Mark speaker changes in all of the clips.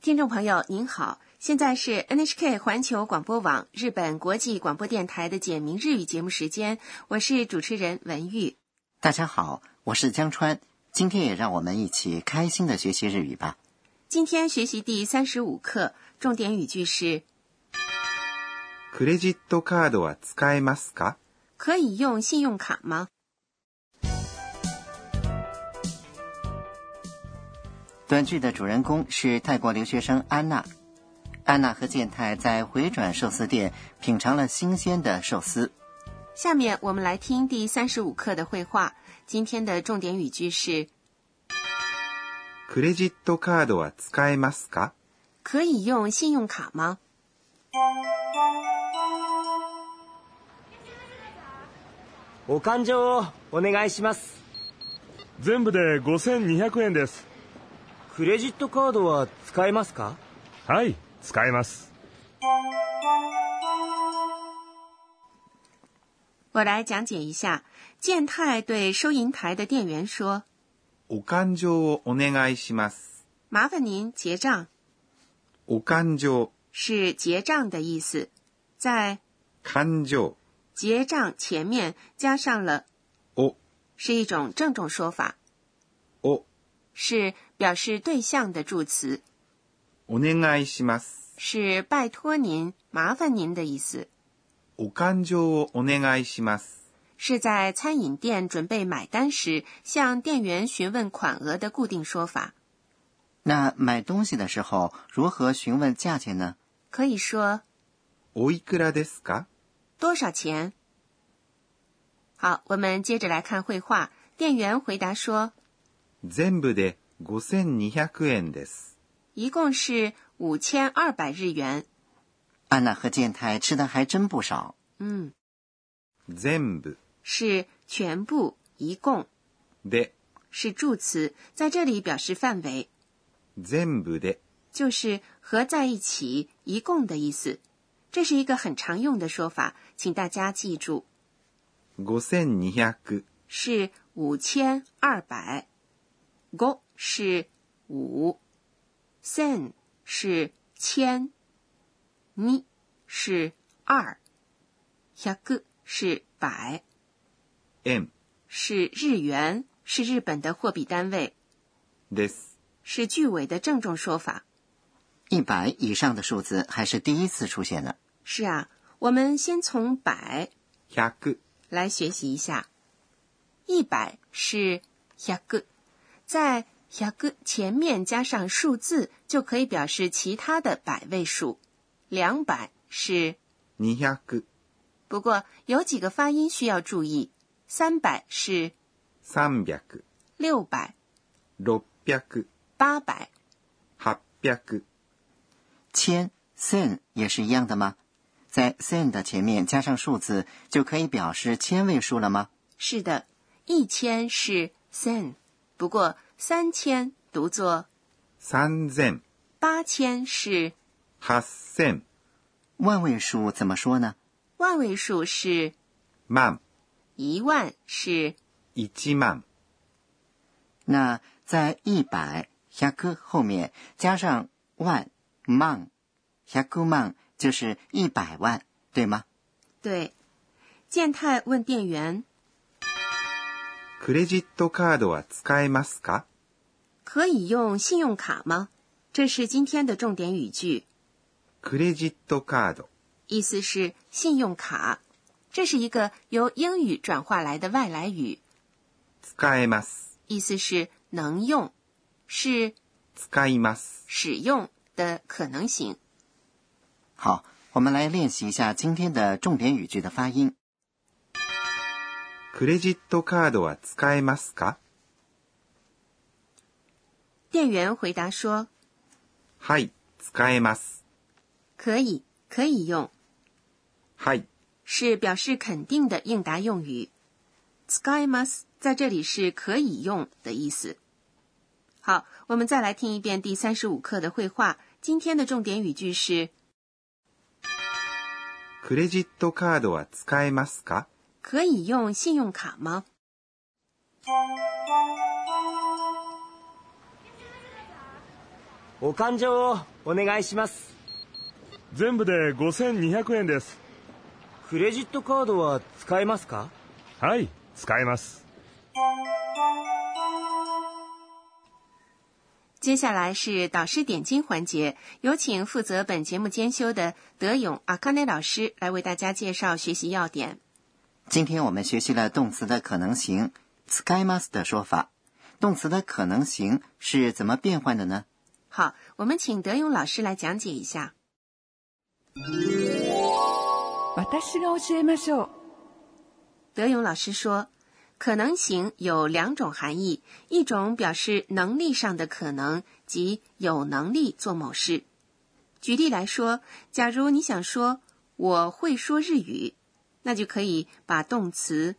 Speaker 1: 听众朋友您好，现在是 NHK 环球广播网日本国际广播电台的简明日语节目时间，我是主持人文玉。
Speaker 2: 大家好，我是江川，今天也让我们一起开心的学习日语吧。
Speaker 1: 今天学习第三十五课，重点语句是
Speaker 3: クレジットカードは使えますか
Speaker 1: 可以用信用卡吗？
Speaker 2: 短剧的主人公是泰国留学生安娜。安娜和健太在回转寿司店品尝了新鲜的寿司。
Speaker 1: 下面我们来听第三十五课的绘画。今天的重点语句是
Speaker 3: クレジットカードは使えますか
Speaker 1: 可以用信用卡吗？
Speaker 4: お勘定をお願いします
Speaker 5: 全部で5200円です
Speaker 4: クレジットカードは使えますか
Speaker 5: はい使えます
Speaker 1: 我来讲解一下。健太对收银台的店员说
Speaker 3: お勘定をお願いします。：“
Speaker 1: 麻烦您结账。
Speaker 3: お勘定、”
Speaker 1: 是结账的意思，在
Speaker 3: 勘定、
Speaker 1: 结账前面加上了
Speaker 3: お、
Speaker 1: 是一种郑重说法，
Speaker 3: お、
Speaker 1: 是表示对象的助词，
Speaker 3: お願いします。
Speaker 1: 是拜托您、麻烦您的意思。
Speaker 3: お勘定をお願いします。
Speaker 1: 是在餐饮店准备买单时向店员询问款额的固定说法，
Speaker 2: 那买东西的时候如何询问价钱呢？
Speaker 1: 可以说
Speaker 3: おいくらですか
Speaker 1: 多少钱？好，我们接着来看绘画。店员回答说，
Speaker 3: 全部で5200円です。
Speaker 1: 一共是五千二百日元。
Speaker 2: 安娜和健太吃的还真不少。
Speaker 1: 嗯，
Speaker 3: 全部
Speaker 1: 是全部，一共
Speaker 3: で、
Speaker 1: 是助词，在这里表示范围，
Speaker 3: 全部で、
Speaker 1: 就是合在一起，一共的意思。这是一个很常用的说法，请大家记住，
Speaker 3: 5200、
Speaker 1: 是五千二百。go 是五，sen 是千，ni 是二，yaku 是百，
Speaker 3: 円
Speaker 1: 是日元，是日本的货币单位，
Speaker 3: です。
Speaker 1: 是句尾的郑重说法。
Speaker 2: 一百以上的数字还是第一次出现呢。
Speaker 1: 是啊，我们先从百
Speaker 3: 100、
Speaker 1: 来学习一下。一百是 yaku，在 yaku 前面加上数字，就可以表示其他的百位数。两百是，
Speaker 3: 200、
Speaker 1: 不过有几个发音需要注意。三百是，
Speaker 3: 300、
Speaker 1: 六百、
Speaker 3: 600、
Speaker 1: 八百
Speaker 3: 800、
Speaker 2: 千 sen 也是一样的吗？在 sen 的前面加上数字就可以表示千位数了吗？
Speaker 1: 是的，一千是 sen，不过三千读作
Speaker 3: 3000、
Speaker 1: 八千是
Speaker 3: 8000、
Speaker 2: 万位数怎么说呢？
Speaker 1: 万位数是
Speaker 3: 万、
Speaker 1: 一万是
Speaker 3: 1万、
Speaker 2: 那在一百 yaku 后面加上万 man yaku man 就是一百万，对吗？
Speaker 1: 对。健太问店员
Speaker 3: クレジットカードは使えますか
Speaker 1: 可以用信用卡吗？这是今天的重点语句，
Speaker 3: クレジットカード。
Speaker 1: 意思是信用卡。这是一个由英语转化来的外来语，
Speaker 3: 使えます。
Speaker 1: 意思是能用，是
Speaker 3: 使います。
Speaker 1: 使用的可能性。
Speaker 2: 好，我们来练习一下今天的重点语句的发音。
Speaker 3: クレジットカードは使えますか
Speaker 1: 店员回答说
Speaker 3: はい、使えます。：“
Speaker 1: 可以，可以用。
Speaker 3: はい、”
Speaker 1: 是表示肯定的应答用语。Sky must 在这里是可以用的意思。好，我们再来听一遍第三十五课的绘画。今天的重点语句是
Speaker 3: クレジットカードは使えますか
Speaker 1: 可以用信用卡吗？
Speaker 4: お勘定をお願いします
Speaker 5: 全部で5200円です。
Speaker 4: クレジットカードは使えますか
Speaker 5: はい、使えます。
Speaker 1: 接下来是导师点睛环节，有请负责本节目监修的德勇阿卡内老师来为大家介绍学习要点。
Speaker 2: 今天我们学习了动词的可能形“使います”的说法。动词的可能形是怎么变换的呢？
Speaker 1: 好，我们请德勇老师来讲解一下。
Speaker 6: 私が教えましょう。
Speaker 1: 德勇老师说，可能型有两种含义，一种表示能力上的可能，即有能力做某事。举例来说，假如你想说我会说日语，那就可以把动词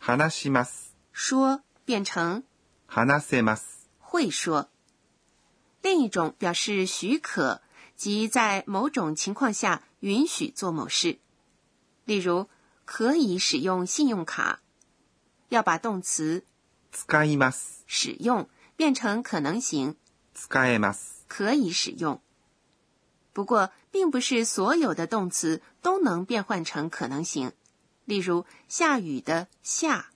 Speaker 3: 話します。
Speaker 1: 说变成
Speaker 3: 話せます。
Speaker 1: 会说。另一种表示许可，即在某种情况下允许做某事，例如可以使用信用卡。要把动词
Speaker 3: 使います。
Speaker 1: 使用变成可能型，
Speaker 3: 使えます。
Speaker 1: 可以使用。不过，并不是所有的动词都能变换成可能型。例如，下雨的“下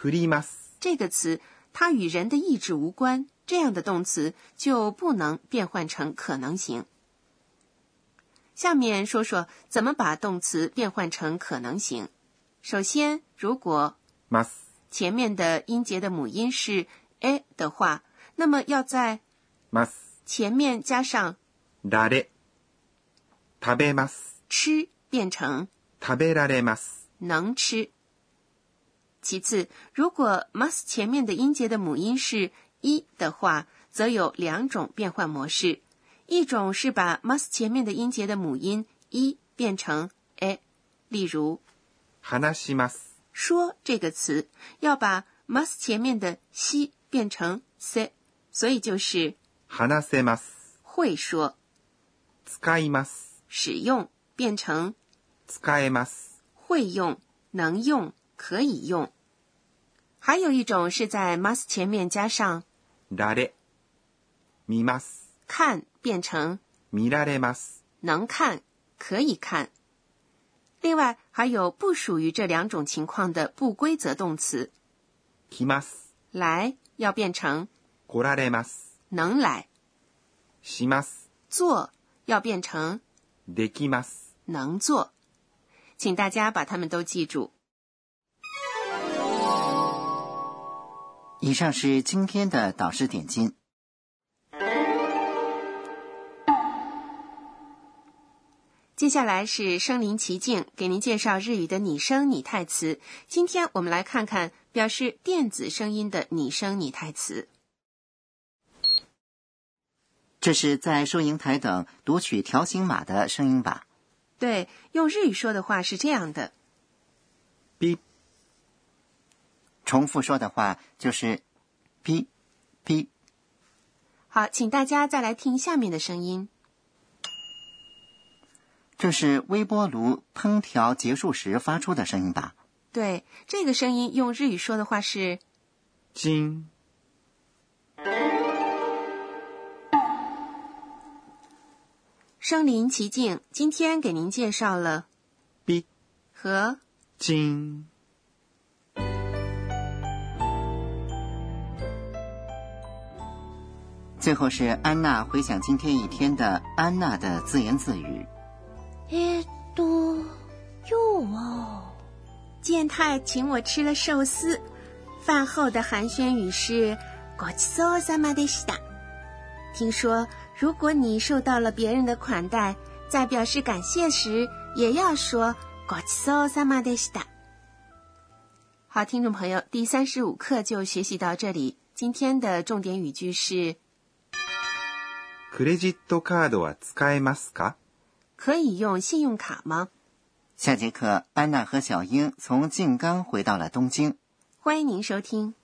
Speaker 3: 振ります。”
Speaker 1: 这个词，它与人的意志无关，这样的动词就不能变换成可能型。下面说说怎么把动词变换成可能型。首先，如果
Speaker 3: ます。
Speaker 1: 前面的音节的母音是 a 的话，那么要在
Speaker 3: ます。
Speaker 1: 前面加上
Speaker 3: られ。食べます。
Speaker 1: 吃，变成
Speaker 3: 食べられます。
Speaker 1: 能吃。其次，如果 must 前面的音节的母音是一的话，则有两种变换模式，一种是把 must 前面的音节的母音一变成 a，例如
Speaker 3: 話します。
Speaker 1: 说这个词要把 must 前面的西变成 c，所以就是
Speaker 3: 話せます。
Speaker 1: 会说。
Speaker 3: 使います。
Speaker 1: 使用变成
Speaker 3: 使えます。
Speaker 1: 会用、能用、可以用。还有一种是在 must 前面加上
Speaker 3: られ。見ます。
Speaker 1: 看，变成
Speaker 3: 見られます。
Speaker 1: 能看、可以看。另外还有不属于这两种情况的不规则动词，
Speaker 3: 来ます。
Speaker 1: 来要变成
Speaker 3: 来られます。
Speaker 1: 能来，
Speaker 3: します。
Speaker 1: 做要变成
Speaker 3: できます。
Speaker 1: 能做。请大家把它们都记住。
Speaker 2: 以上是今天的导师点睛。
Speaker 1: 接下来是身临其境，给您介绍日语的拟声拟态词。今天我们来看看表示电子声音的拟声拟态词。
Speaker 2: 这是在收银台等读取条形码的声音吧？
Speaker 1: 对，用日语说的话是这样的：
Speaker 3: ピッ、
Speaker 2: 重复说的话就是“哔哔
Speaker 1: 好，请大家再来听下面的声音。”。
Speaker 2: 这是微波炉烹调结束时发出的声音吧？
Speaker 1: 对，这个声音用日语说的话是
Speaker 3: チン、
Speaker 1: 身临其境。今天给您介绍了
Speaker 3: ピッ、
Speaker 1: 和
Speaker 3: チン。
Speaker 2: 最后是安娜回想今天一天的安娜的自言自语。
Speaker 7: えーっと、今日は、
Speaker 1: 健太请我吃了寿司，饭后的寒暄语是“ごちそうさまでした”。听说如果你受到了别人的款待，在表示感谢时也要说“ごちそうさまでした”。好，听众朋友，第三十五课就学习到这里。今天的重点语句是
Speaker 3: クレジットカードは使えますか
Speaker 1: “可以用信用卡吗
Speaker 2: 下节课，安娜和小英从静冈回到了东京。”？
Speaker 1: 欢迎您收听。